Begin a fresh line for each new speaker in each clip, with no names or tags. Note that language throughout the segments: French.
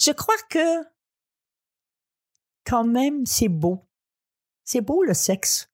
je crois que quand même, c'est beau. C'est beau le sexe.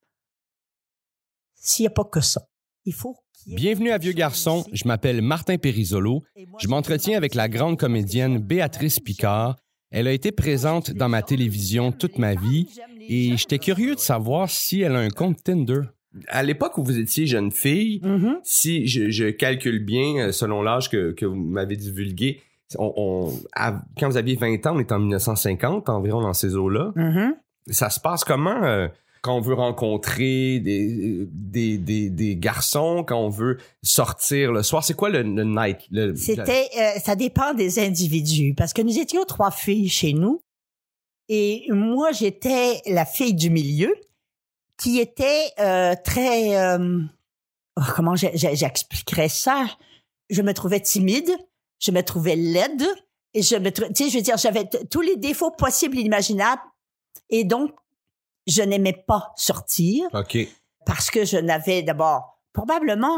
S'il n'y a pas que ça. Il faut qu'il y ait
Bienvenue à
quelque
Vieux
chose
Garçon,
aussi.
je m'appelle Martin Périsolo.
Et moi,
Je m'entretiens avec la grande comédienne Béatrice Picard. Elle a été présente dans ma télévision toute ma vie et j'étais curieux de savoir si elle a un compte Tinder.
À l'époque où vous étiez jeune fille,
Mhm.
si je, je calcule bien, euh, selon l'âge que, que vous m'avez divulgué, on, on- à- quand vous aviez 20 ans, on est en 1950 environ dans ces eaux-là.
Mhm.
Ça se passe comment euh, quand on veut rencontrer des, des, des, des garçons, quand on veut sortir le soir? C'est quoi le, le night? le-
C'était, euh, ça dépend des individus, parce que nous étions trois filles chez nous, et moi j'étais la fille du milieu, qui était euh, très, euh, oh, comment j'ai- j'ai- j'expliquerais ça Je me trouvais timide, je me trouvais laide, et je me, trou- tu sais, je veux dire, j'avais t- tous les défauts possibles et imaginables, et donc je n'aimais pas sortir
OK.
parce que je n'avais d'abord, probablement,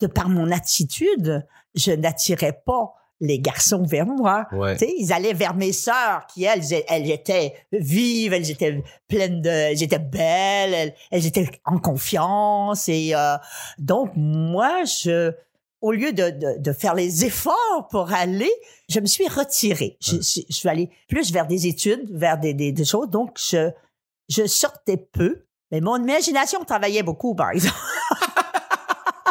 de par mon attitude, je n'attirais pas les garçons vers moi.
Ouais.
Tu sais, ils allaient vers mes sœurs qui, elles, elles étaient vives, elles étaient pleines de... Elles étaient belles, elles, elles étaient en confiance. Et euh, donc, moi, je... Au lieu de, de, de faire les efforts pour aller, je me suis retirée. Je, je- je suis allée plus vers des études, vers des, des, des choses. Donc, je, je sortais peu, mais mon imagination travaillait beaucoup, par exemple.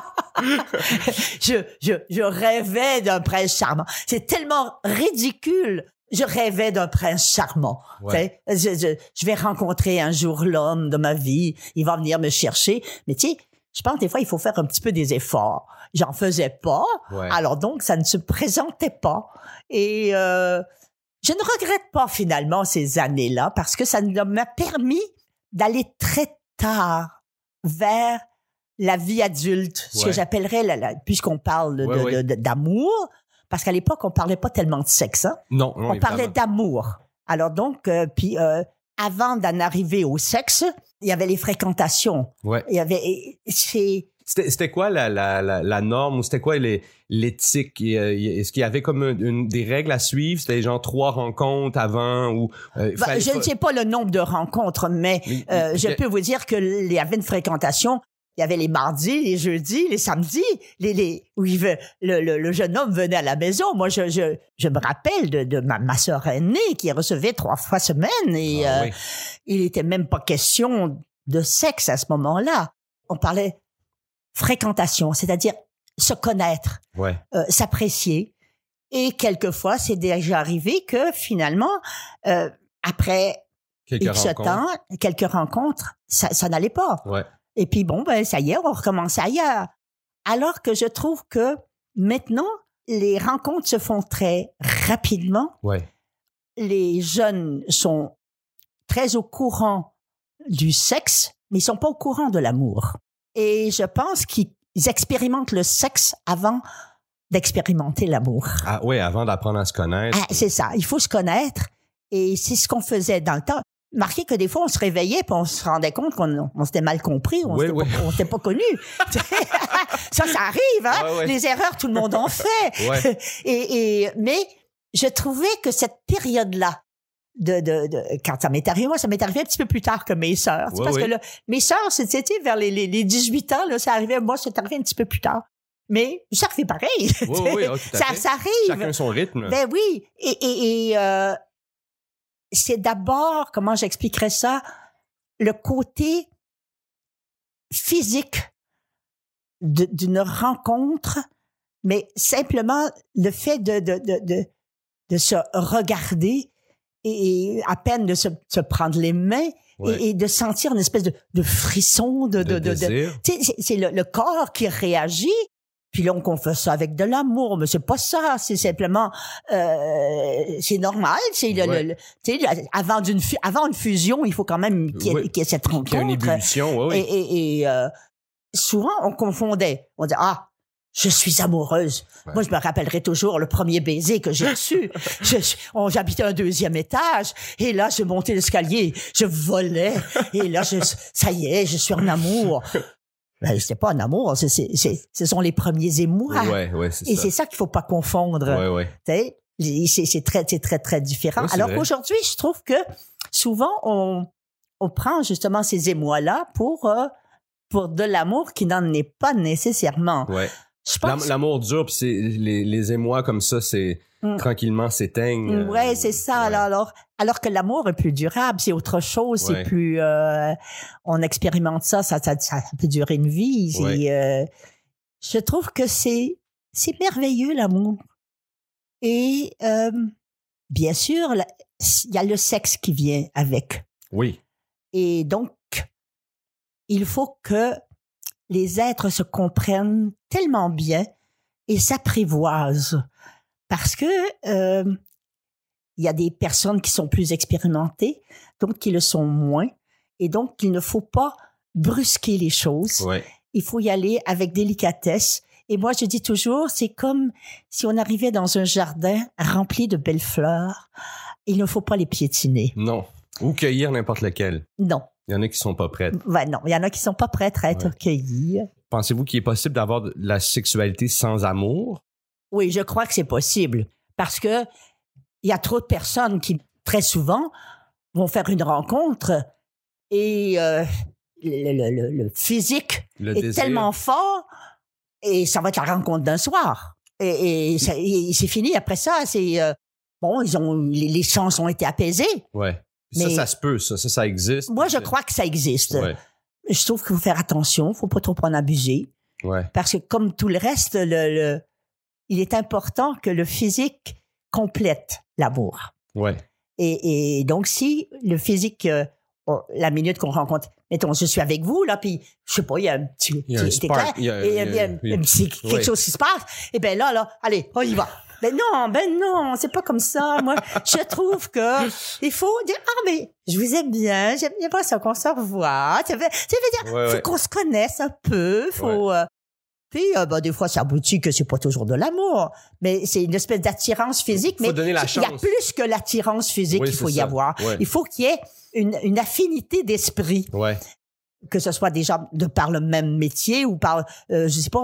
je, je, je rêvais d'un prince charmant. C'est tellement ridicule. Je rêvais d'un prince charmant.
Ouais.
Tu sais, Je, je, je vais rencontrer un jour l'homme de ma vie. Il va venir me chercher. Mais tu sais, je pense des fois, il faut faire un petit peu des efforts. J'en faisais pas.
Ouais.
Alors donc, ça ne se présentait pas. Et euh, je ne regrette pas finalement ces années-là parce que ça ne m'a permis d'aller très tard vers la vie adulte, ce que
Ouais.
j'appellerais, la- la- puisqu'on parle de-
Ouais,
de-
ouais.
de- d'amour, parce qu'à l'époque, on parlait pas tellement de sexe. Hein?
Non, non,
on parlait
évidemment.
d'amour. Alors donc, euh, puis euh, avant d'en arriver au sexe, il y avait les fréquentations.
Ouais.
Il y avait... et- et c'est-
C'était c'était quoi la, la, la, la norme ou c'était quoi les- l'éthique? Et, euh, y- Est-ce qu'il y avait comme une- une- des règles à suivre? C'était genre trois rencontres avant ou. euh,
Bah,
fallait-
je ne sais pas le nombre de rencontres, mais
Mais-
euh,
mais-
je peux vous dire qu'il y avait une fréquentation. Il y avait les mardis, les jeudis, les samedis, les, les, où il ve- le, le- le jeune homme venait à la maison. Moi, je, je, je me rappelle de, de ma, ma soeur aînée qui recevait trois fois semaine et euh,
Ah oui.
il était même pas question de sexe à ce moment-là. On parlait fréquentation, c'est-à-dire se connaître
Ouais.
euh, s'apprécier. Et quelquefois, c'est déjà arrivé que finalement, euh, après
Quelques
X
rencontres.
temps, quelques rencontres, ça, ça n'allait pas.
Ouais.
Et puis bon, ben ça y est, on recommence ailleurs. Alors que je trouve que maintenant, les rencontres se font très rapidement.
Ouais.
Les jeunes sont très au courant du sexe, mais ils sont pas au courant de l'amour. Et je pense qu'ils expérimentent le sexe avant d'expérimenter l'amour.
Ah, ouais, avant d'apprendre à se connaître.
Ah, c'est ça. Il faut se connaître. Et c'est ce qu'on faisait dans le temps. Marquez que des fois, on se réveillait puis on se rendait compte qu'on on s'était mal compris, on
Oui,
s'était
oui.
pas- on s'était pas, connus. ça, ça arrive. Hein?
Ah, Ouais, ouais.
Les erreurs, tout le monde en fait.
Ouais.
Et, et- mais je trouvais que cette période-là, de, de, de- quand ça m'est arrivé, moi, ça m'est arrivé un petit peu plus tard que mes sœurs. tu sais,
Ouais,
parce
ouais.
que là, mes sœurs, c'était vers les, les, les 18 ans, là, ça arrivait, moi, ça arrivé un petit peu plus tard. Mais ça arrivait pareil. tu
Ouais,
sais.
ouais, ah, tout à
ça,
fait.
ça arrive.
Chacun son rythme.
Ben oui, et, et- et, euh, c'est d'abord, comment j'expliquerais ça, le côté physique de- d'une rencontre, mais simplement le fait de, de, de, de, de se regarder et, et à peine de se, se prendre les mains
Ouais.
et, et de sentir une espèce de, de frisson, de, de, de- de-
désir.
tu sais, c'est- c'est le, le corps qui réagit. Puis là, on confesse ça avec de l'amour, mais c'est pas ça. C'est simplement, euh, c'est normal. C'est le,
Ouais.
le- le- tu sais, avant d'une, fu- avant une fusion, il faut quand même qu'il y ait,
Ouais.
qu'il y ait cette
Qu'il y a une
rencontre.
ébullition. Ouais, ouais.
Et, et- et, euh, souvent, on confondait. On disait, ah, je suis amoureuse.
Ouais.
Moi, je me rappellerai toujours le premier baiser que j'ai reçu. Je- je- on- J'habitais un deuxième étage et là, je montais l'escalier, je volais et là, je, ça y est, je suis en amour. Ben, c'était pas en amour, c'est- c'est- c'est- ce sont les premiers émois.
Ouais, ouais, c'est
et
ça.
c'est ça qu'il faut pas confondre.
Ouais, ouais.
Tu sais, C'est c'est très, c'est très, très différent.
Oui, c'est
Alors
vrai.
qu'aujourd'hui, je trouve que souvent, on, on prend justement ces émois-là pour, euh, pour de l'amour qui n'en est pas nécessairement.
Ouais.
Je
L'am-
pense
L'amour dur, puis c'est- les, les émois comme ça, c'est
Mm.
tranquillement s'éteignent. euh,
Ouais, c'est ça.
ouais.
Alors, alors, alors que l'amour est plus durable, c'est autre chose,
Ouais.
c'est plus. euh, on expérimente ça, ça, ça, ça peut durer une vie. c'est,
Ouais.
euh, je trouve que c'est c'est merveilleux l'amour. Et euh, bien sûr, la- il y a le sexe qui vient avec.
Oui.
Et donc, il faut que les êtres se comprennent tellement bien et s'apprivoisent. Parce que euh, il y a des personnes qui sont plus expérimentées, d'autres qui le sont moins. Et donc, il ne faut pas brusquer les choses.
Ouais.
Il faut y aller avec délicatesse. Et moi, je dis toujours, c'est comme si on arrivait dans un jardin rempli de belles fleurs. Il ne faut pas les piétiner.
Non. Ou cueillir n'importe lequel.
Non.
Il y en a qui sont pas prêtes.
Ouais, Ben non, il y en a qui sont pas prêts à être
Ouais.
cueillis.
Pensez-vous qu'il est possible d'avoir de la sexualité sans amour?
Oui, je crois que c'est possible parce que il y a trop de personnes qui très souvent vont faire une rencontre et euh, le, le- le- le physique
Le
est
désir.
tellement fort et ça va être la rencontre d'un soir et, et ça- et c'est fini après ça c'est euh, bon ils ont les, les sens ont été apaisés.
Ouais. Puis Ça,
Mais-
ça se peut, ça. Ça, ça existe.
Moi, je crois que ça existe.
Ouais.
Je trouve qu'il faut faire attention, faut pas trop en abuser.
Ouais.
parce que comme tout le reste, le, le- il est important que le physique complète l'amour.
Ouais.
Et, et donc, si le physique, euh, on- la minute qu'on rencontre, mettons, je suis avec vous, là, puis je sais pas, il y a un petit,
Il y a un
petit
spark,
éclair,
il y a-
et il y
il y a-
a un-
il y a-
un petit- quelque
ouais.
chose qui se passe, et bien là, là, allez, on y va. Ben non, ben non, c'est pas comme ça. Moi, je trouve que il faut dire ah mais je vous aime bien, j'aime bien ça qu'on se revoit. Ça veut, ça veut dire
Ouais,
faut
ouais.
qu'on se connaisse un peu. Faut, euh, puis, euh, ben, des fois, ça aboutit que c'est pas toujours de l'amour, mais c'est une espèce d'attirance physique.
Faut
mais
donner la
c'est- Il y a
chance.
plus que l'attirance physique
Oui,
qu'il faut
c'est
y
ça.
avoir.
Ouais.
Il faut qu'il y ait une, une affinité d'esprit,
Ouais.
que ce soit des gens de par le même métier ou par, euh, je sais pas,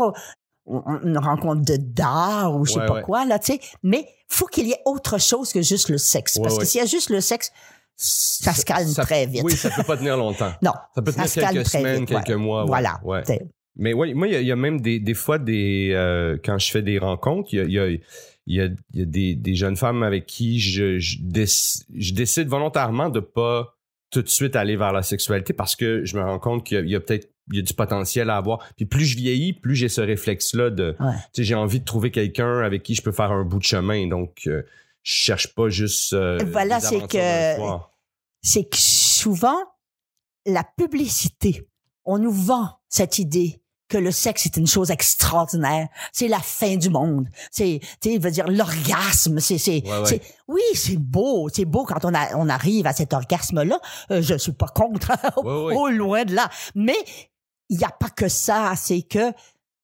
on- on- une rencontre de d'art ou je sais
Ouais,
pas
ouais.
quoi, là, tu sais. Mais faut qu'il y ait autre chose que juste le sexe.
Ouais,
parce
ouais.
que s'il y a juste le sexe, ça se calme
ça-
très vite.
Oui, ça peut pas tenir longtemps.
non.
Ça peut tenir
se calme
quelques
très
semaines,
vite, ouais.
quelques mois. ouais.
Voilà.
Ouais.
Tu sais.
Mais ouais, moi, il y a- il y, a même des, des fois, des, euh, quand je fais des rencontres, il y a, il y a- il y a- il y a des, des jeunes femmes avec qui je, je, déc- je décide volontairement de pas tout de suite aller vers la sexualité parce que je me rends compte qu'il y a- il y a, peut-être il y a du potentiel à avoir. Puis plus je vieillis, plus j'ai ce réflexe-là de,
Ouais.
tu sais, j'ai envie de trouver quelqu'un avec qui je peux faire un bout de chemin. Donc, euh, je cherche pas juste. euh,
Voilà,
des
c'est
aventures
que-
d'un soir.
c'est que souvent, la publicité, on nous vend cette idée que le sexe est une chose extraordinaire, c'est la fin du monde, c'est, tu sais, il veut dire l'orgasme, c'est, c'est,
Ouais, ouais.
c'est- oui, c'est beau, c'est beau quand on, a- on arrive à cet orgasme-là, euh, je suis pas contre, hein,
Ouais, ouais.
au loin de là, mais il n'y a pas que ça, c'est que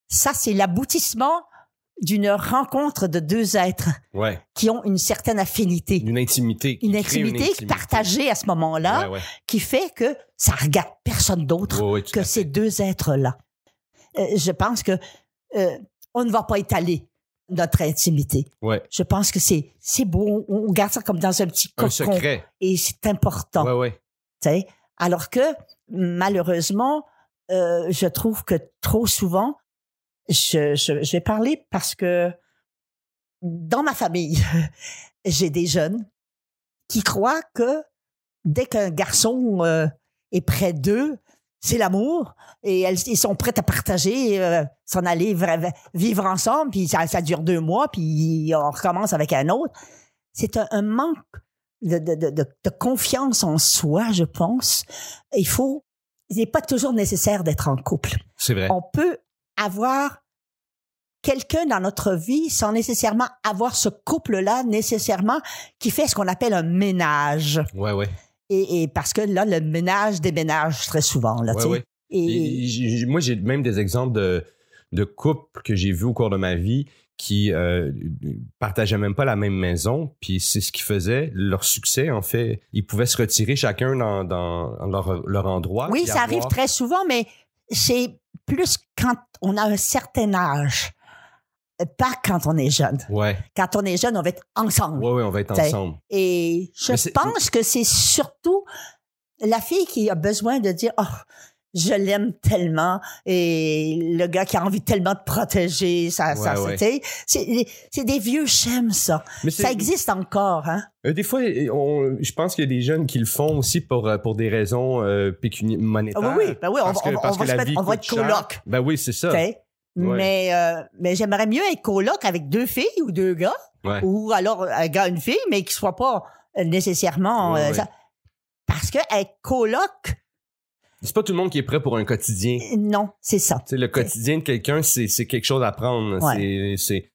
ça, c'est l'aboutissement d'une rencontre de deux êtres
Ouais.
qui ont une certaine affinité,
Une intimité. qui
une
crée
intimité, partagée à ce moment-là,
Ouais, ouais.
qui fait que ça regarde personne d'autre
Ouais, ouais, Oh,
que
tout à fait.
ces deux êtres-là. Euh, je pense que euh, on ne va pas étaler notre intimité.
Ouais.
Je pense que c'est c'est beau, on on garde ça comme dans un petit
Un
cocon
secret.
et c'est important.
Ouais, ouais.
tu sais. Alors que malheureusement, euh, je trouve que trop souvent, je, je, je vais parler parce que dans ma famille, j'ai des jeunes qui croient que dès qu'un garçon euh, est près d'eux, c'est l'amour et elles, ils sont prêts à partager, euh, s'en aller vra- vivre ensemble, puis ça, ça dure deux mois, puis on recommence avec un autre. C'est un, un manque de, de, de, de- de confiance en soi, je pense. Il faut, il n'est pas toujours nécessaire d'être en couple.
C'est vrai.
On peut avoir quelqu'un dans notre vie sans nécessairement avoir ce couple-là nécessairement qui fait ce qu'on appelle un ménage.
Ouais, ouais.
Et, et parce que là, le ménage déménage très souvent. Là,
Ouais,
tu sais.
ouais.
Et,
Et j'ai- j'ai- moi, j'ai même des exemples de, de couples que j'ai vus au cours de ma vie qui euh, partageaient même pas la même maison. Puis c'est ce qui faisait leur succès, en fait. Ils pouvaient se retirer chacun dans, dans leur, leur endroit.
oui,
puis
ça arrive
avoir-
très souvent, mais c'est plus quand on a un certain âge. pas quand on est jeune.
Ouais.
Quand on est jeune, on va être ensemble.
Ouais, ouais, on va être
T'sais,
ensemble.
Et
Mais
je
c'est-
pense que c'est surtout la fille qui a besoin de dire Oh, je l'aime tellement et le gars qui a envie tellement de protéger sa, sa-
Ouais, ouais.
t'sais, C'est, c'est des vieux schèmes, ça.
Mais c'est-
Ça existe encore, hein?
Euh, des fois, on- je pense qu'il y a des jeunes qui le font aussi pour, euh, pour des raisons euh, pécuni- monétaires.
Ah oui, oui, ben oui, on
Parce
va- on va-
parce
on va se
la
mettre-
vie
on va
coûte
être
cher.
coloc.
Ben oui, c'est ça.
T'sais.
Ouais.
Mais, euh, mais j'aimerais mieux être coloc avec deux filles ou deux gars,
Ouais.
ou alors un gars, une fille, mais qui ne soit pas euh, nécessairement.
Ouais,
euh,
ouais.
ça. Parce que être coloc,
C'est pas tout le monde qui est prêt pour un quotidien. Tu
non, c'est ça.
sais, le quotidien de quelqu'un, c'est c'est quelque chose à prendre.
Ouais.
C'est- C'est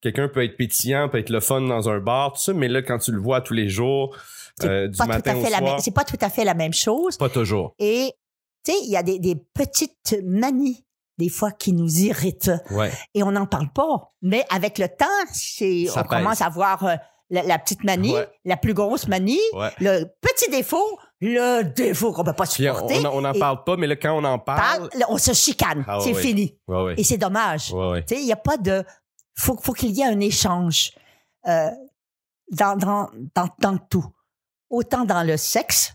quelqu'un peut être pétillant, peut être le fun dans un bar, tout ça, mais là, quand tu le vois tous les jours,
C'est
euh, du
Pas tout
matin
à
au
fait la
soir,
même- C'est pas tout à fait la même chose.
pas toujours.
Et, tu sais, il y a des, des petites manies, des fois, qui nous irritent.
Ouais.
Et on n'en parle pas. Mais avec le temps, c'est- on
Ça pèse.
commence à voir euh, la, la petite manie,
Ouais.
la plus grosse manie,
Ouais.
le petit défaut, le défaut qu'on ne peut pas
Puis on-
supporter.
on on n'en
Et
parle pas, mais là, quand on en parle.
parle, là, on se chicane.
Ah,
c'est
ouais.
fini.
Ouais, ouais.
Et c'est dommage.
Ouais, ouais.
Tu sais, il n'y a pas de. Faut, faut qu'il y ait un échange euh, dans, dans, dans, dans tout. Autant dans le sexe,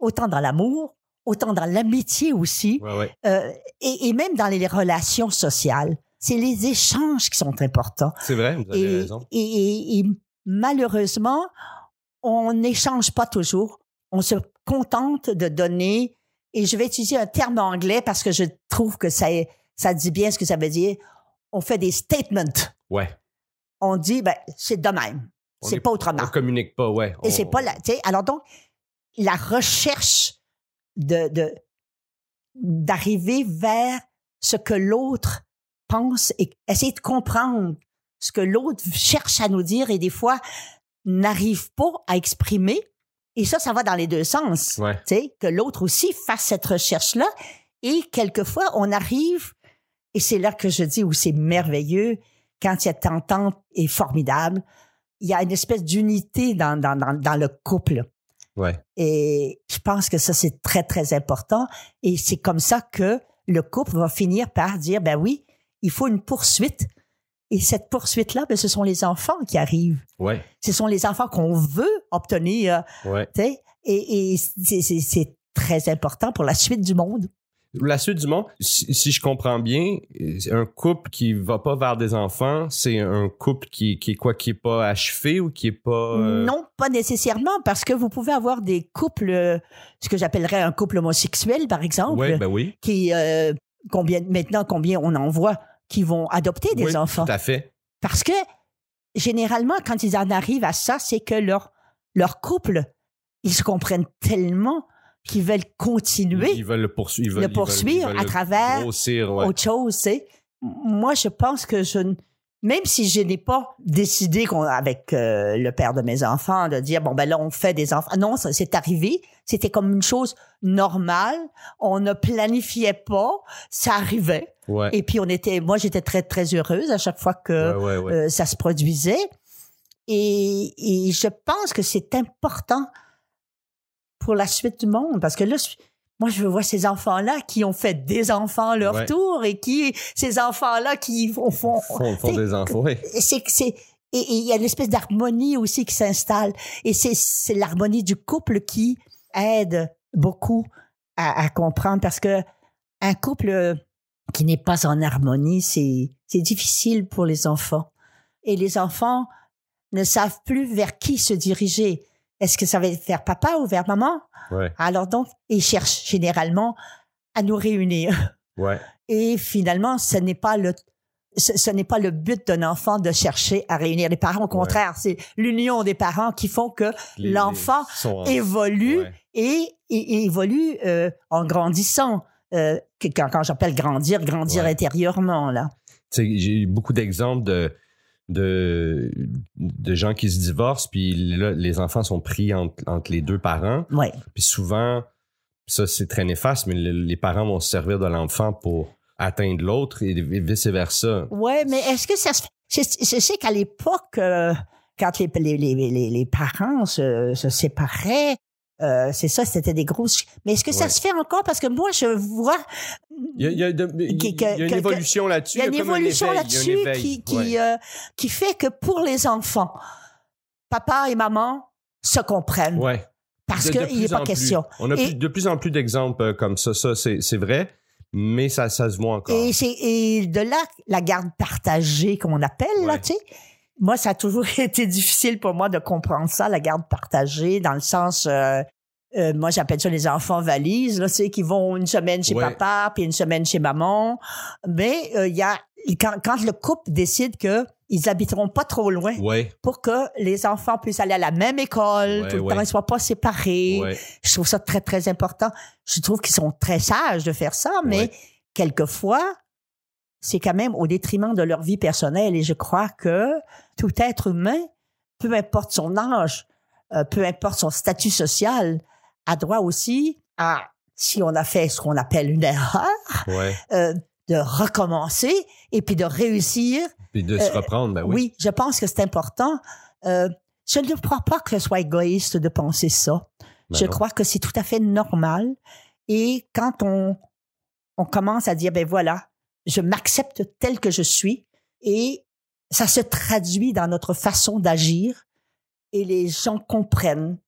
autant dans l'amour, autant dans l'amitié aussi,
Ouais, ouais.
euh, et, et même dans les relations sociales. C'est les échanges qui sont importants.
C'est vrai, vous avez
Et,
raison.
et- et- et malheureusement, on n'échange pas toujours. On se contente de donner. Et je vais utiliser un terme anglais parce que je trouve que ça, ça dit bien ce que ça veut dire. On fait des statements.
Ouais.
On dit, ben, c'est de même.
On
C'est
est-
pas
On
autrement.
communique pas, ouais.
Et
On-
c'est pas la. tu sais, alors donc, la recherche de, de- d'arriver vers ce que l'autre pense et essayer de comprendre ce que l'autre cherche à nous dire et des fois n'arrive pas à exprimer. Et ça, ça va dans les deux sens.
Ouais.
Tu sais, que l'autre aussi fasse cette recherche-là. Et quelquefois, on arrive, et c'est là que je dis où c'est merveilleux, quand cette entente est formidable, il y a une espèce d'unité dans, dans, dans, dans le couple.
Ouais.
Et je pense que ça, c'est très, très important. Et c'est comme ça que le couple va finir par dire, ben oui, il faut une poursuite. Et cette poursuite-là, ben, ce sont les enfants qui arrivent.
Ouais.
Ce sont les enfants qu'on veut obtenir.
Ouais.
Tu sais, et, et c'est- c'est c'est très important pour la suite du monde.
La suite du monde, si, si je comprends bien, euh, un couple qui va pas vers des enfants, c'est un couple qui, qui est quoi, qui est pas achevé ou qui est pas. euh,
Non, pas nécessairement, parce que vous pouvez avoir des couples, euh, ce que j'appellerais un couple homosexuel, par exemple,
Ouais, ben oui.
qui, euh, combien, maintenant, combien on en voit qui vont adopter des
Oui,
enfants.
Tout à fait.
Parce que, généralement, quand ils en arrivent à ça, c'est que leur, leur couple, ils se comprennent tellement qu'ils veulent continuer
Ils veulent le poursuivre. Ils veulent,
le poursuivre à travers
Grossir, ouais.
autre chose, tu sais. M- Moi, je pense que je, n- même si je n'ai pas décidé qu'on, avec euh, le père de mes enfants de dire bon ben là on fait des enfants, non, ça, c'est arrivé. C'était comme une chose normale. On ne planifiait pas, ça arrivait.
Ouais.
Et puis on était, moi j'étais très très heureuse à chaque fois que
ouais, ouais, ouais.
euh, ça se produisait. Et, et je pense que c'est important pour la suite du monde parce que là, je- moi, je vois ces enfants-là qui ont fait des enfants à leur
Ouais.
tour et qui, ces enfants-là qui font. font-
font, font
t'sais,
des enfants. ouais.
c'est que c'est. Et et il y a une espèce d'harmonie aussi qui s'installe. Et c'est- c'est l'harmonie du couple qui aide beaucoup à, à comprendre parce que un couple euh, qui n'est pas en harmonie, c'est c'est difficile pour les enfants. Et les enfants ne savent plus vers qui se diriger. Est-ce que ça va être vers papa ou vers maman?
Ouais.
Alors donc, ils cherchent généralement à nous réunir.
Ouais.
Et finalement, ce n'est pas le ce, ce n'est pas le but d'un enfant de chercher à réunir les parents. Au contraire, c'est l'union des parents qui font que
Les-
l'enfant
les- sont en-
évolue
ouais.
et, et- et évolue euh, en grandissant. Euh, que- quand quand j'appelle grandir, grandir
Ouais.
intérieurement là.
Tu sais, j'ai eu beaucoup d'exemples de, de, de gens qui se divorcent, puis là, les enfants sont pris entre, entre les deux parents.
Ouais.
Puis souvent, ça c'est très néfaste, mais le- les parents vont se servir de l'enfant pour atteindre l'autre et vice-versa.
Ouais, mais est-ce que ça se fait? Je, je sais qu'à l'époque, euh, quand les, les, les, les, les parents se, se séparaient, Euh, c'est ça, c'était des grosses. Mais est-ce que ça
Ouais.
se fait encore? Parce que moi, je vois
Il y a, il y a de- il-
Que-
il y a
que-
une
que-
évolution là-dessus.
Il y a une
comme un
évolution
éveil, il y a un
là-dessus
éveil,
qui, qui,
ouais.
euh, qui fait que pour les enfants, papa et maman se comprennent
Ouais.
parce
De- de
qu'il
plus
n'est pas
en plus.
question.
On a
Et-
plus- de plus en plus d'exemples euh, comme ça, ça c'est c'est vrai, mais ça, ça se voit encore.
Et, c'est, et de là, la garde partagée qu'on appelle, là,
Ouais.
tu sais. Moi, ça a toujours été difficile pour moi de comprendre ça, la garde partagée, dans le sens, euh, euh, moi, j'appelle ça les enfants valises, là, tu sais, qui vont une semaine chez
Ouais.
papa, puis une semaine chez maman. Mais euh, il y a, quand, quand le couple décide que ils habiteront pas trop loin,
Ouais,
pour que les enfants puissent aller à la même école,
Ouais,
tout le
ouais.
temps, ils ne soient pas séparés.
ouais.
Je trouve ça très, très important. Je trouve qu'ils sont très sages de faire ça, mais
Ouais.
quelquefois, c'est quand même au détriment de leur vie personnelle. Et je crois que tout être humain, peu importe son âge, euh, peu importe son statut social, a droit aussi à, si on a fait ce qu'on appelle une erreur,
ouais.
euh, de recommencer et puis de réussir
Puis de se reprendre, ben oui.
Euh, oui. je pense que c'est important. Euh, je ne crois pas que ce soit égoïste de penser ça.
Ben
je
non.
crois que c'est tout à fait normal. Et quand on, on commence à dire, ben voilà, je m'accepte tel que je suis, et ça se traduit dans notre façon d'agir, et les gens comprennent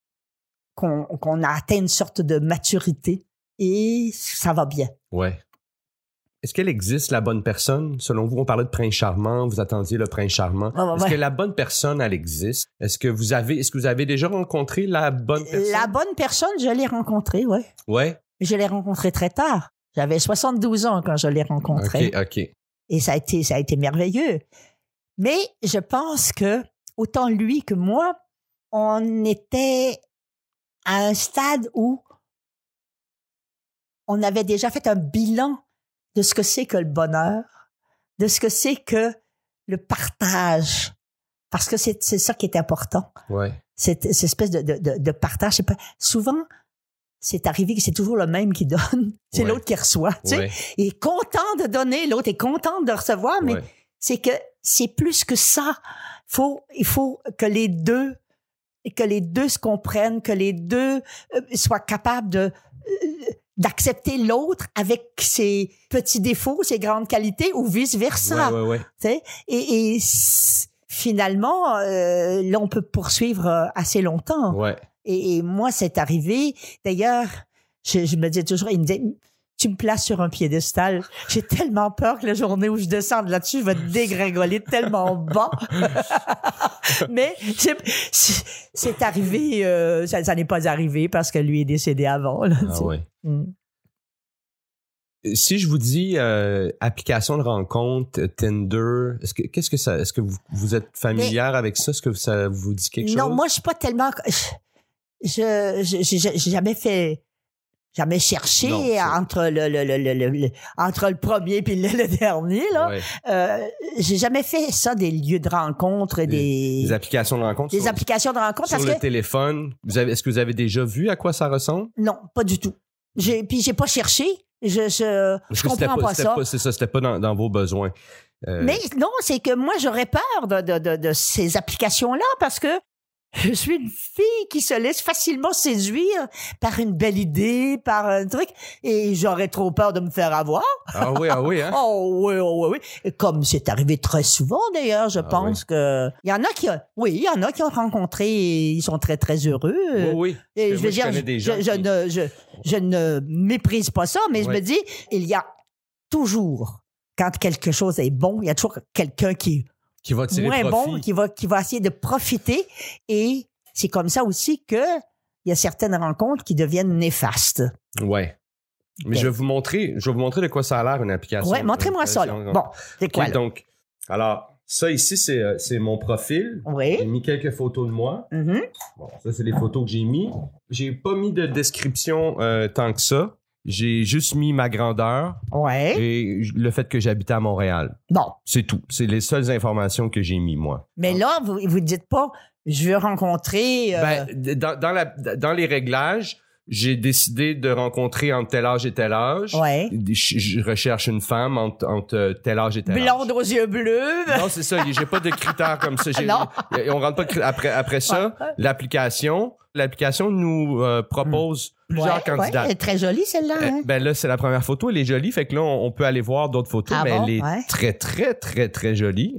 qu'on qu'on a atteint une sorte de maturité, et ça va bien.
Ouais. Est-ce qu'elle existe, la bonne personne? Selon vous, on parlait de prince charmant, vous attendiez le prince charmant.
Ah, ouais.
Est-ce que la bonne personne, elle existe? Est-ce que vous avez, est-ce que vous avez déjà rencontré la bonne personne?
La bonne personne, je l'ai rencontrée, oui.
Ouais.
Je l'ai rencontré très tard. J'avais 72 ans quand je l'ai rencontré.
OK, OK.
Et ça a été, ça a été merveilleux. Mais je pense que, autant lui que moi, on était à un stade où on avait déjà fait un bilan de ce que c'est que le bonheur, de ce que c'est que le partage. Parce que c'est c'est ça qui est important
Ouais.
cette, cette espèce de, de, de, de partage. C'est pas- souvent, c'est arrivé que c'est toujours le même qui donne, c'est
Ouais.
l'autre qui reçoit. Tu sais.
ouais,
Il est content de donner, l'autre est content de recevoir, mais
ouais.
c'est que c'est plus que ça. Faut, il faut que les deux que les deux se comprennent, que les deux euh, soient capables de euh, d'accepter l'autre avec ses petits défauts, ses grandes qualités ou vice versa.
Ouais, ouais, ouais.
Tu sais, Et, et s- finalement, euh, là, on peut poursuivre euh, assez longtemps.
Ouais.
Et, et moi, c'est arrivé. D'ailleurs, je, je me disais toujours, il me disait, tu me places sur un piédestal. J'ai tellement peur que la journée où je descends de là-dessus, je vais dégringoler tellement bas. Mais c'est- c'est c'est arrivé, euh, ça, ça n'est pas arrivé parce que lui est décédé avant. là, tu
Ah
sais.
ouais.
Mm.
Si je vous dis euh, application de rencontre, euh, Tinder, est-ce que qu'est-ce que ça, est-ce que vous, vous êtes familière avec ça, est-ce que ça vous dit quelque
non,
chose
moi, je suis pas tellement. Je je- je- je- j'ai jamais fait. Jamais cherché
Non, c'est-
entre le, le, le, le, le- le- entre le premier puis le, le dernier là.
Ouais.
Euh, j'ai jamais fait ça des lieux de rencontre et des
Les
des,
applications de rencontre. sur,
applications de rencontre
sur
parce
le
que
téléphone. Vous avez, est-ce que vous avez déjà vu à quoi ça ressemble
non, pas du tout. J'ai puis j'ai pas cherché. Je je,
Parce
je
que c'était
comprends pas,
c'était
ça.
c'est ça, c'était pas dans, dans vos besoins. Euh,
Mais non, c'est que moi, j'aurais peur de, de, de, de ces applications-là parce que je suis une fille qui se laisse facilement séduire par une belle idée, par un truc, et j'aurais trop peur de me faire avoir.
Ah oui, ah oui, hein.
Oh oui, oh oui, oui. Et comme c'est arrivé très souvent d'ailleurs, je
Ah
pense que... Il y en a qui... ont- Oui, il y en a qui ont rencontré et ils sont très, très heureux.
Oui, oui.
Et
Parce
je
que moi,
veux dire,
connais des
je,
gens
je
qui-
ne, je, je ne méprise pas ça, mais je
Ouais.
me dis, il y a toujours, quand quelque chose est bon, il y a toujours quelqu'un qui
qui va
est
tirer
moins
profit.
bon, qui va, qui va essayer de profiter. Et c'est comme ça aussi que il y a certaines rencontres qui deviennent néfastes.
Ouais. Mais
Ok.
je vais vous montrer, je vais vous montrer de quoi ça a l'air une application.
Ouais, montrez-moi
une
ça. là.
application de
Bon,
rencontre.
c'est
Ok,
quoi là?
donc, alors ça ici c'est euh, c'est mon profil.
Oui.
J'ai mis quelques photos de moi.
Mhm.
Bon, ça, c'est les photos que j'ai mis. J'ai pas mis de description euh, tant que ça. J'ai juste mis ma grandeur
Ouais.
et j- le fait que j'habitais à Montréal.
Bon,
C'est tout. C'est les seules informations que j'ai mis, moi.
mais là, vous vous dites pas, je veux rencontrer. euh,
Ben, d- dans, dans la- dans les réglages, j'ai décidé de rencontrer entre tel âge et tel âge.
Ouais.
Je, je recherche une femme entre, entre tel âge et tel
Blonde aux yeux bleus.
âge. Non, c'est ça. J'ai pas de critères comme ça. J'ai-
Non.
On rentre pas de cri- après après ça. L'application, l'application nous euh, propose plusieurs
Hmm. Ouais,
candidats.
ouais, elle est très jolie, celle-là. hein?
Euh, Ben là, c'est la première photo. Elle est jolie. Fait que là, on, on peut aller voir d'autres photos.
Ah
mais
bon?
elle est
Ouais.
très, très, très, très jolie.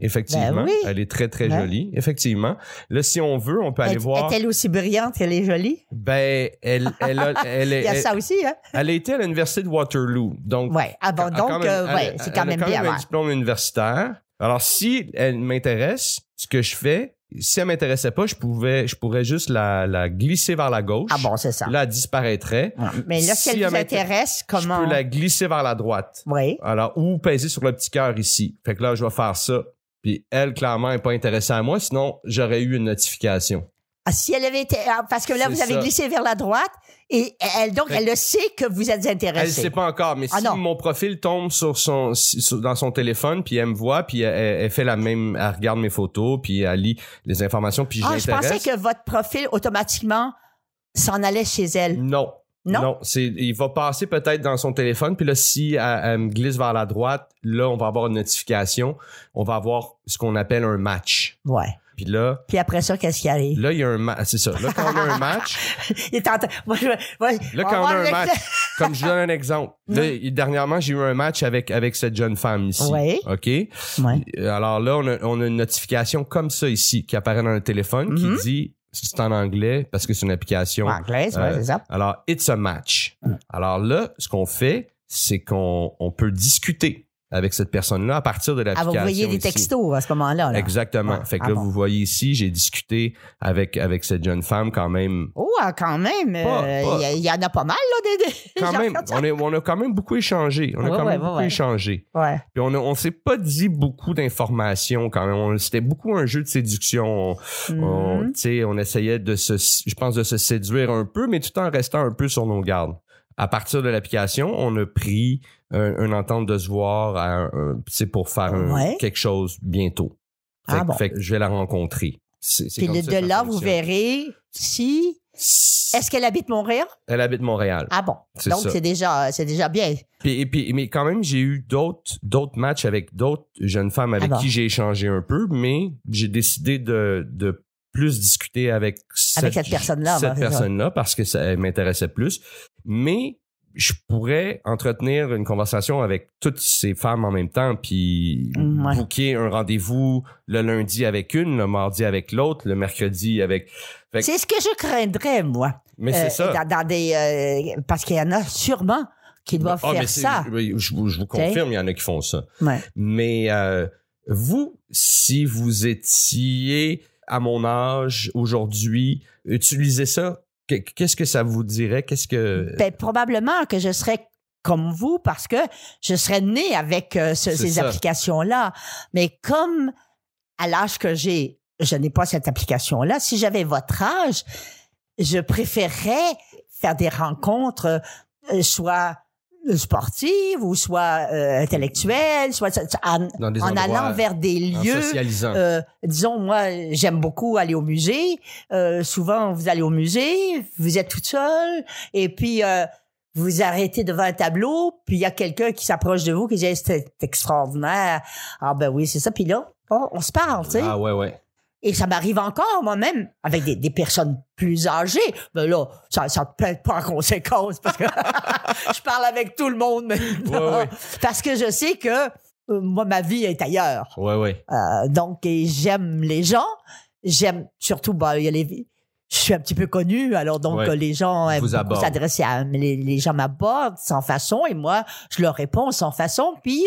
Ben
Effectivement.
oui.
Elle est très, très
Ouais.
jolie. Effectivement. Là, si on veut, on peut aller
Est-
voir.
Est-elle aussi brillante qu'elle est jolie?
Ben, elle, elle, a- elle, est-
Il y a
elle-
ça aussi, hein?
elle a été à l'université de Waterloo. Donc,
Ouais. Ah bon,
elle a quand
donc,
même-
euh,
elle-
ouais, c'est
elle
quand
a
même bien.
un
ouais.
diplôme universitaire. Alors, si elle m'intéresse, ce que je fais, si elle m'intéressait pas, je pouvais, je pourrais juste la, la glisser vers la gauche.
Ah bon, c'est ça.
Là, elle disparaîtrait.
Ouais. Mais là, si
si
elle
elle
vous intéresse, comment?
Je peux la glisser vers la droite.
Oui.
Alors, ou peser sur le petit cœur ici. Fait que là, je vais faire ça. Puis elle, clairement, n'est pas intéressée à moi, sinon j'aurais eu une notification.
Ah, si elle avait été. ah, Parce que là,
C'est
vous avez
ça.
glissé vers la droite et elle, donc,
Fait-
elle le sait que vous êtes
Elle ne
intéressé.
sait pas encore, mais
Ah
si
non.
mon profil tombe sur son, si- sur- dans son téléphone, puis elle me voit, puis elle, elle- elle fait la même, elle regarde mes photos, puis elle lit les informations, puis je
Ah, je pensais
l'intéresse.
que votre profil, automatiquement, s'en allait chez elle.
Non.
Non?
c'est, il va passer peut-être dans son téléphone, puis là, si elle, elle me glisse vers la droite, là, on va avoir une notification, on va avoir ce qu'on appelle un match.
Ouais.
Puis là,
Puis après ça, qu'est-ce qui arrive?
Là, il y a un match. C'est ça. Là, quand on a un match,
Il est en train- Moi, je- moi,
là,
on
quand on
va
a un
avec-
match, comme je vous donne un exemple. Là,
Oui.
il- dernièrement, j'ai eu un match avec, avec cette jeune femme ici.
Oui.
OK?
Ouais.
Euh, Alors là, on a, on a une notification comme ça ici qui apparaît dans le téléphone
Mhm.
qui dit, c'est en anglais parce que c'est une application.
En anglaise, ouais, Mm.
Euh,
c'est ça.
Alors, it's a match. Alors là, ce qu'on fait, c'est qu'on on peut discuter avec cette personne-là à partir
Ah,
de
vous
l'application.
voyez des
ici.
textos à ce moment-là. là.
Exactement.
Ouais.
Fait que
Ah
là,
bon.
vous voyez ici, j'ai discuté avec, avec cette jeune femme quand même
Oh, ah, quand même. euh,
Pas- pas-
Il y a- il y, en a pas mal, là, des. des-
quand
des
même,
gens comme ça.
on, est- on a quand même beaucoup échangé. On a
Ouais, ouais,
quand même
ouais,
beaucoup
ouais.
échangé.
Ouais.
Puis on a- on s'est pas dit beaucoup d'informations quand même. On- C'était beaucoup un jeu de séduction. On, on-
Mhm.
tu sais, on essayait de se, je pense, de se séduire un peu, mais tout en restant un peu sur nos gardes. À partir de l'application, on a pris un- une entente de se voir à un- un- tu sais, pour faire un-
Ouais.
quelque chose bientôt. Fait,
Ah
que-
bon.
fait que je vais la rencontrer. C'est- c'est
Puis
comme
le-
ça
de
que ça
là, vous
fonctionne.
verrez si. Est-ce qu'elle habite Montréal?
Elle habite Montréal.
Ah bon.
C'est
Donc,
ça.
c'est déjà, c'est déjà bien.
Puis, et puis- mais quand même, j'ai eu d'autres, d'autres matchs avec d'autres jeunes femmes avec
Ah bon.
qui j'ai échangé un peu, mais j'ai décidé de, de plus discuter avec cette,
Avec cette personne-là,
cette
ben, c'est ça.
personne-là parce que ça elle m'intéressait plus. Mais je pourrais entretenir une conversation avec toutes ces femmes en même temps, puis
Mm, ouais.
booker un rendez-vous le lundi avec une, le mardi avec l'autre, le mercredi avec. Fait que-
C'est ce que je craindrais, moi.
Mais
Euh,
c'est ça.
Dans, dans des, euh, parce qu'il y en a sûrement qui doivent
Ah, mais
faire
c'est-
ça.
Je, je vous- je vous
T'sais?
confirme, il y en a qui font ça.
Ouais.
Mais euh, vous, si vous étiez à mon âge aujourd'hui, utilisez ça. Qu- Qu'est-ce que ça vous dirait? Qu'est-ce que.
Ben, probablement que je serais comme vous parce que je serais né avec euh, ce-
C'est
ces
ça.
applications-là. Mais comme à l'âge que j'ai, je n'ai pas cette application-là, si j'avais votre âge, je préférerais faire des rencontres, euh, soit sportives ou soit euh, intellectuelles, soit en,
dans des
Ben, en
endroits- Ah,
allant vers des
en
lieux
socialisant.
euh, disons, moi, j'aime beaucoup aller au musée. Euh, souvent, vous allez au musée, vous êtes toute seule, et puis euh, vous arrêtez devant un tableau, puis il y a quelqu'un qui s'approche de vous qui dit Hey, c'est extraordinaire. Ah ben oui, c'est ça. Puis là, on, on se parle, tu sais.
ah ouais, ouais.
Et ça m'arrive encore moi-même avec des, des personnes plus âgées. Mais là, ça ne plaît pas en conséquence parce que je parle avec tout le monde maintenant.
Ouais, ouais.
Parce que je sais que euh, moi, ma vie est ailleurs.
Ouais, ouais.
Euh, donc, et j'aime les gens. J'aime surtout, bah, il y a les- je suis un petit peu connu, alors donc
Ouais.
euh, les gens aiment
Vous
beaucoup
abordent.
s'adresser à les, les gens m'abordent sans façon et moi je leur réponds sans façon. Puis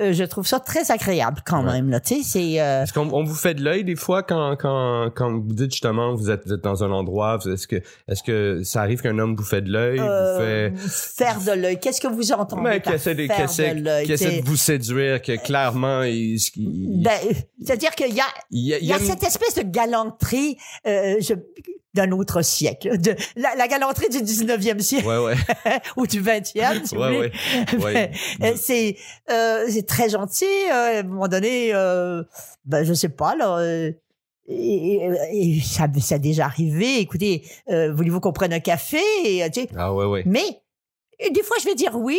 euh, je trouve ça très agréable quand
Ouais.
même. Là, tu sais, c'est euh,
Est-ce qu'on on vous fait de l'œil des fois quand, quand, quand vous dites justement vous êtes, vous êtes dans un endroit? vous- Est-ce que, est que ça arrive qu'un homme vous fait de l'œil?
euh,
vous fait.
faire de l'œil. Qu'est-ce que vous entendez
Mais
par
qui essaie de, qui
faire
essaie-
de l'œil
qui essaie de
tu sais?
vous séduire, que clairement, il, il-
Ben, euh, c'est-à-dire qu'il y a
il-
Il y a
aime-
cette espèce de galanterie euh, je- d'un autre siècle, de, la, la galanterie du 19e siècle
Ouais, ouais.
ou du 20e, si vous
Ouais,
voulez.
ouais.
Mais, euh, c'est ben, euh, c'est très gentil. euh, à un moment donné, euh, ben, je sais pas, là, euh, et, et ça, ça a déjà arrivé. Écoutez, euh, voulez-vous qu'on prenne un café Et, euh, tu sais,
Ah ouais, ouais.
Mais et des fois, je vais dire oui,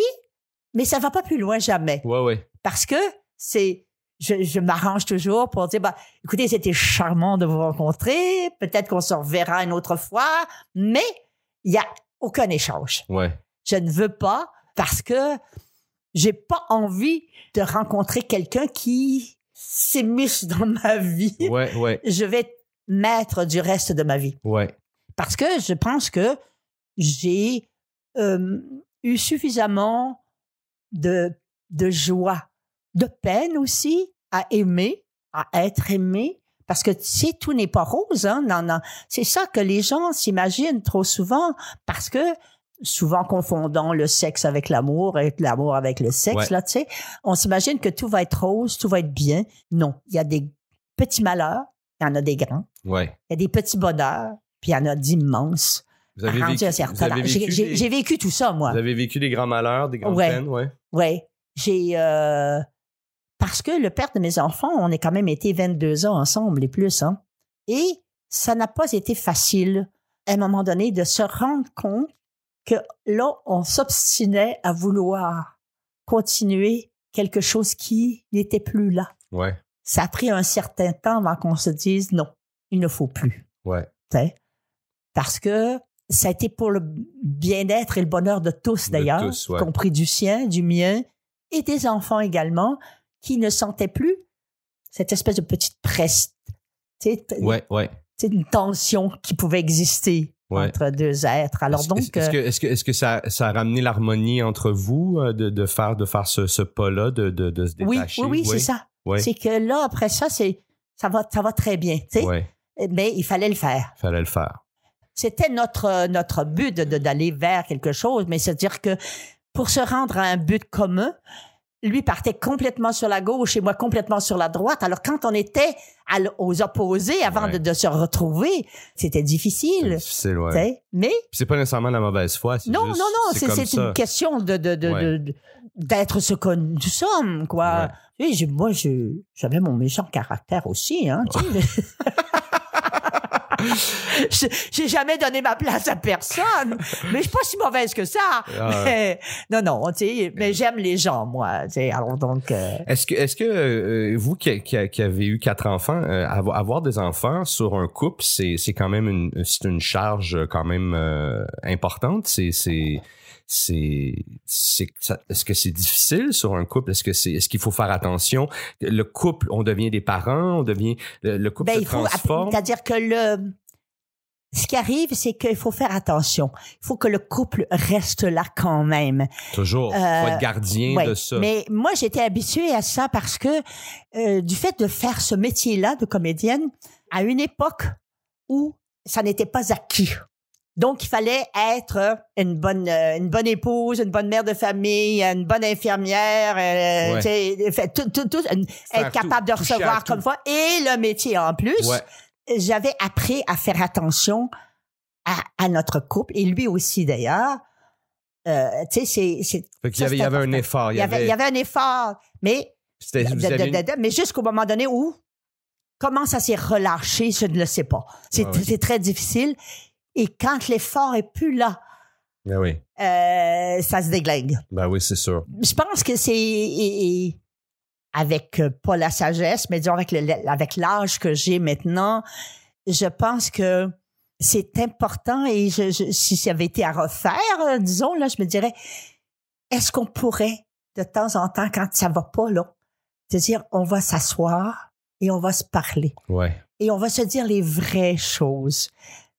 mais ça va pas plus loin jamais.
Ouais, ouais.
Parce que c'est, je, je m'arrange toujours pour dire, bah, écoutez, c'était charmant de vous rencontrer. Peut-être qu'on se reverra une autre fois, mais il y a aucun échange.
Ouais.
Je ne veux pas parce que j'ai pas envie de rencontrer quelqu'un qui s'émiche dans ma vie.
Ouais, ouais.
Je vais mettre du reste de ma vie
Ouais.
parce que je pense que j'ai euh, eu suffisamment de, de joie, de peine aussi à aimer, à être aimé, parce que tu sais, tout n'est pas rose. Hein, non, non. C'est ça que les gens s'imaginent trop souvent, parce que souvent confondant le sexe avec l'amour et l'amour avec le sexe,
Ouais.
là, tu sais, on s'imagine que tout va être rose, tout va être bien. Non, il y a des petits malheurs, il y en a des grands.
Ouais.
Il y a des petits bonheurs, puis il y en a d'immenses.
Vous avez,
rendus
vécu,
à
vous,
certains
avez
âges. J'ai
vécu
j'ai-
des-
j'ai vécu tout ça, moi.
vous avez vécu des grands malheurs, des grandes
Ouais.
peines, ouais.
Ouais. J'ai. euh, parce que le père de mes enfants, on a quand même été 22 ans ensemble et plus, hein. Et ça n'a pas été facile, à un moment donné, de se rendre compte que là, on s'obstinait à vouloir continuer quelque chose qui n'était plus là.
Ouais.
Ça a pris un certain temps avant qu'on se dise non, il ne faut plus.
Ouais.
T'sais. Parce que ça a été pour le bien-être et le bonheur de tous,
De
d'ailleurs,
tous, ouais.
y compris du sien, du mien, et des enfants également, qui ne sentaient plus cette espèce de petite presse, t'sais, t-
Ouais, ouais.
t'sais, une tension qui pouvait exister
Ouais.
entre deux êtres. Alors
Est-ce-
donc, euh,
est-ce est-ce que, est-ce que, est-ce que ça, ça a ramené l'harmonie entre vous euh, de, de faire, de faire ce, ce pas-là, de, de, de se
euh, oui,
détacher?
oui, oui, c'est ça.
Ouais.
C'est que là, après ça, c'est ça va, ça va très bien, t'sais.
Ouais.
mais il fallait le faire.
Fallait le faire.
C'était notre, euh, notre but de- de- d'aller vers quelque chose, mais c'est-à-dire que pour se rendre à un but commun, lui partait complètement sur la gauche et moi complètement sur la droite. Alors quand on était à l- aux opposés avant
Ouais.
de, de se retrouver, c'était
C'est
difficile.
difficile, ouais.
tu sais. Mais
Puis c'est pas nécessairement de la mauvaise foi. c'est
non,
juste-
non, non, c'est
comme
c'est
ça.
une question de de- de-
Ouais.
de- d'être ce que nous sommes, quoi. Oui, j'ai- moi, je- j'avais mon méchant caractère aussi, hein. tu sais. Je- J'ai jamais donné ma place à personne, mais je suis pas si mauvaise que ça.
Ah,
Mais- non, non, tu sais, mais j'aime les gens, moi. tu sais. Alors donc, euh,
Est-ce que, est-ce que euh, vous qui, qui- qui avez eu quatre enfants, euh, avo- avoir, des enfants sur un couple, c'est, c'est quand même une, c'est une charge euh, quand même euh, importante. C'est, c'est, c'est, c'est- ça- est-ce que c'est difficile sur un couple? Est-ce que c'est, est-ce qu'il faut faire attention? Le couple, on devient des parents, on devient le, le couple
ben,
se
il faut,
transforme.
c'est-à-dire que le, ce qui arrive, c'est qu'il faut faire attention. Il faut que le couple reste là quand même.
Toujours, faut
Euh,
être gardien
Ouais,
de ça.
Mais moi, j'étais habituée à ça parce que euh, du fait de faire ce métier-là de comédienne à une époque où ça n'était pas acquis. Donc, il fallait être une bonne, euh, une bonne épouse, une bonne mère de famille, une bonne infirmière, euh,
Ouais.
tu sais, fait, tout, tout, tout, une-
Faire
être capable
tout,
de
toucher à
recevoir
tout.
comme ça et le métier en plus.
Ouais.
J'avais appris à faire attention à, à notre couple et lui aussi d'ailleurs. Euh, tu sais, c'est- c'est
Fait qu'il
ça,
y avait,
c'est
il y avait un
important.
effort.
il y, avait, il y avait un effort, mais,
c'était- vous
de- de-
aviez une-
de- de- mais jusqu'au moment donné où, comment ça s'est relâché, je ne le sais pas. C'est
Ah ouais.
c'est très difficile. Et quand l'effort est plus là,
Ah oui.
euh, ça se déglingue.
Ben oui, c'est sûr.
Je pense que c'est et- et avec euh, pas la sagesse, mais disons avec le- le- avec l'âge que j'ai maintenant, je pense que c'est important et je, je- si ça avait été à refaire, euh, disons là, je me dirais, est-ce qu'on pourrait de temps en temps quand ça va pas là, de dire on va s'asseoir et on va se parler
Ouais,
et on va se dire les vraies choses,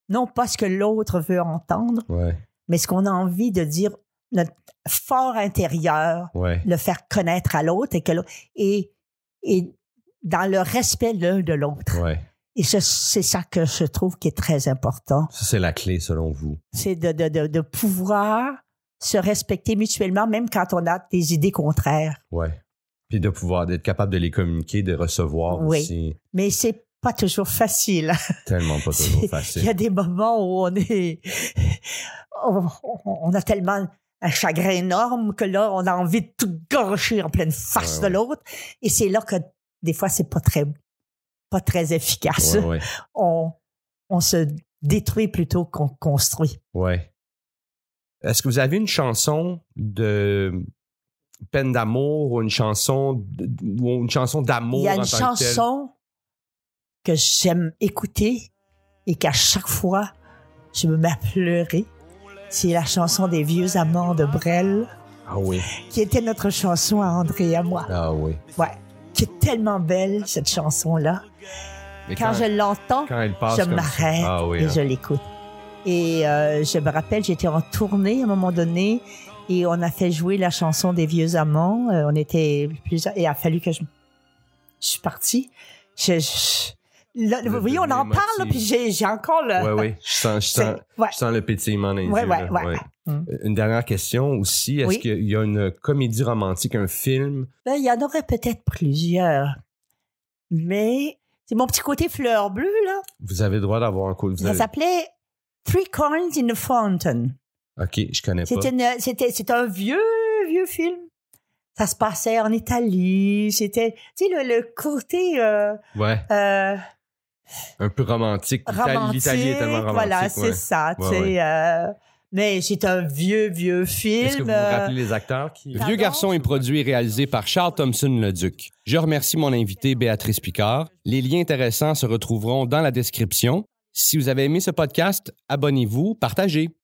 non pas ce que l'autre veut entendre,
ouais,
mais ce qu'on a envie de dire notre fort intérieur
ouais.
le faire connaître à l'autre et que l'autre- et et dans le respect l'un de l'autre.
Ouais.
Et ce- c'est ça que je trouve qui est très important,
Ça, c'est la clé selon vous.
c'est de, de, de, de pouvoir se respecter mutuellement, même quand on a des idées contraires.
Ouais. Puis de pouvoir d'être capable de les communiquer, de recevoir
Oui.
aussi.
Mais c'est pas toujours facile.
Tellement pas
C'est-
toujours
Il y
facile.
a des moments où on est, on, on a tellement un chagrin énorme que là, on a envie de tout gâcher en pleine face
Ouais,
de
ouais.
l'autre. Et c'est là que des fois, c'est pas très, pas très efficace.
Ouais, ouais.
On, on se détruit plutôt qu'on construit.
ouais. Est-ce que vous avez une chanson de peine d'amour ou une chanson d- ou une chanson d'amour
Il y a
en
une
tant que telle?
chanson que j'aime écouter et qu'à chaque fois, je me mets à pleurer. C'est la chanson des vieux amants de Brel,
Ah oui.
qui était notre chanson à André et à moi.
Ah oui.
Ouais, qui est tellement belle, cette chanson-là.
Mais
Quand, je l'entends,
quand elle passe
je
comme ça.
m'arrête
Ah oui.
et
hein.
je l'écoute. Et euh, je me rappelle, j'étais en tournée à un moment donné et on a fait jouer la chanson des vieux amants. Euh, on était plusieurs et il a fallu que je, je suis partie. Je- je- là,
Vous
vous
êtes
voyez, on en
devenue
parle, là,
émotive.
puis j'ai j'ai encore le.
Ouais, ouais. Je sens, je
c'est-
sens,
ouais.
je sens le pétillement dans les
Ouais,
yeux,
ouais,
là.
ouais, ouais. Mm.
Une dernière question aussi. Est-ce
Oui.
qu'il y a une comédie romantique, un film?
Ben, il y en aurait peut-être plusieurs. Mais c'est mon petit côté fleur bleue, là.
Vous avez le droit d'avoir un coup. Vous
Ça
avez-
s'appelait Three Coins in a Fountain.
OK, je connais pas.
C'est une- C'était c'est un vieux, vieux film. Ça se passait en Italie. C'était, tu sais, le, le côté euh,
Ouais,
euh,
un peu romantique. L'Italie-
romantique.
L'Italie est tellement romantique.
voilà, c'est
ouais.
ça. tu
Ouais,
sais,
ouais.
euh, mais c'est un vieux, vieux film.
Est-ce que vous vous
euh,
rappelez les acteurs qui.
Vieux garçon est produit et réalisé par Charles Thompson Leduc. Je remercie mon invitée Béatrice Picard. Les liens intéressants se retrouveront dans la description. Si vous avez aimé ce podcast, abonnez-vous, partagez.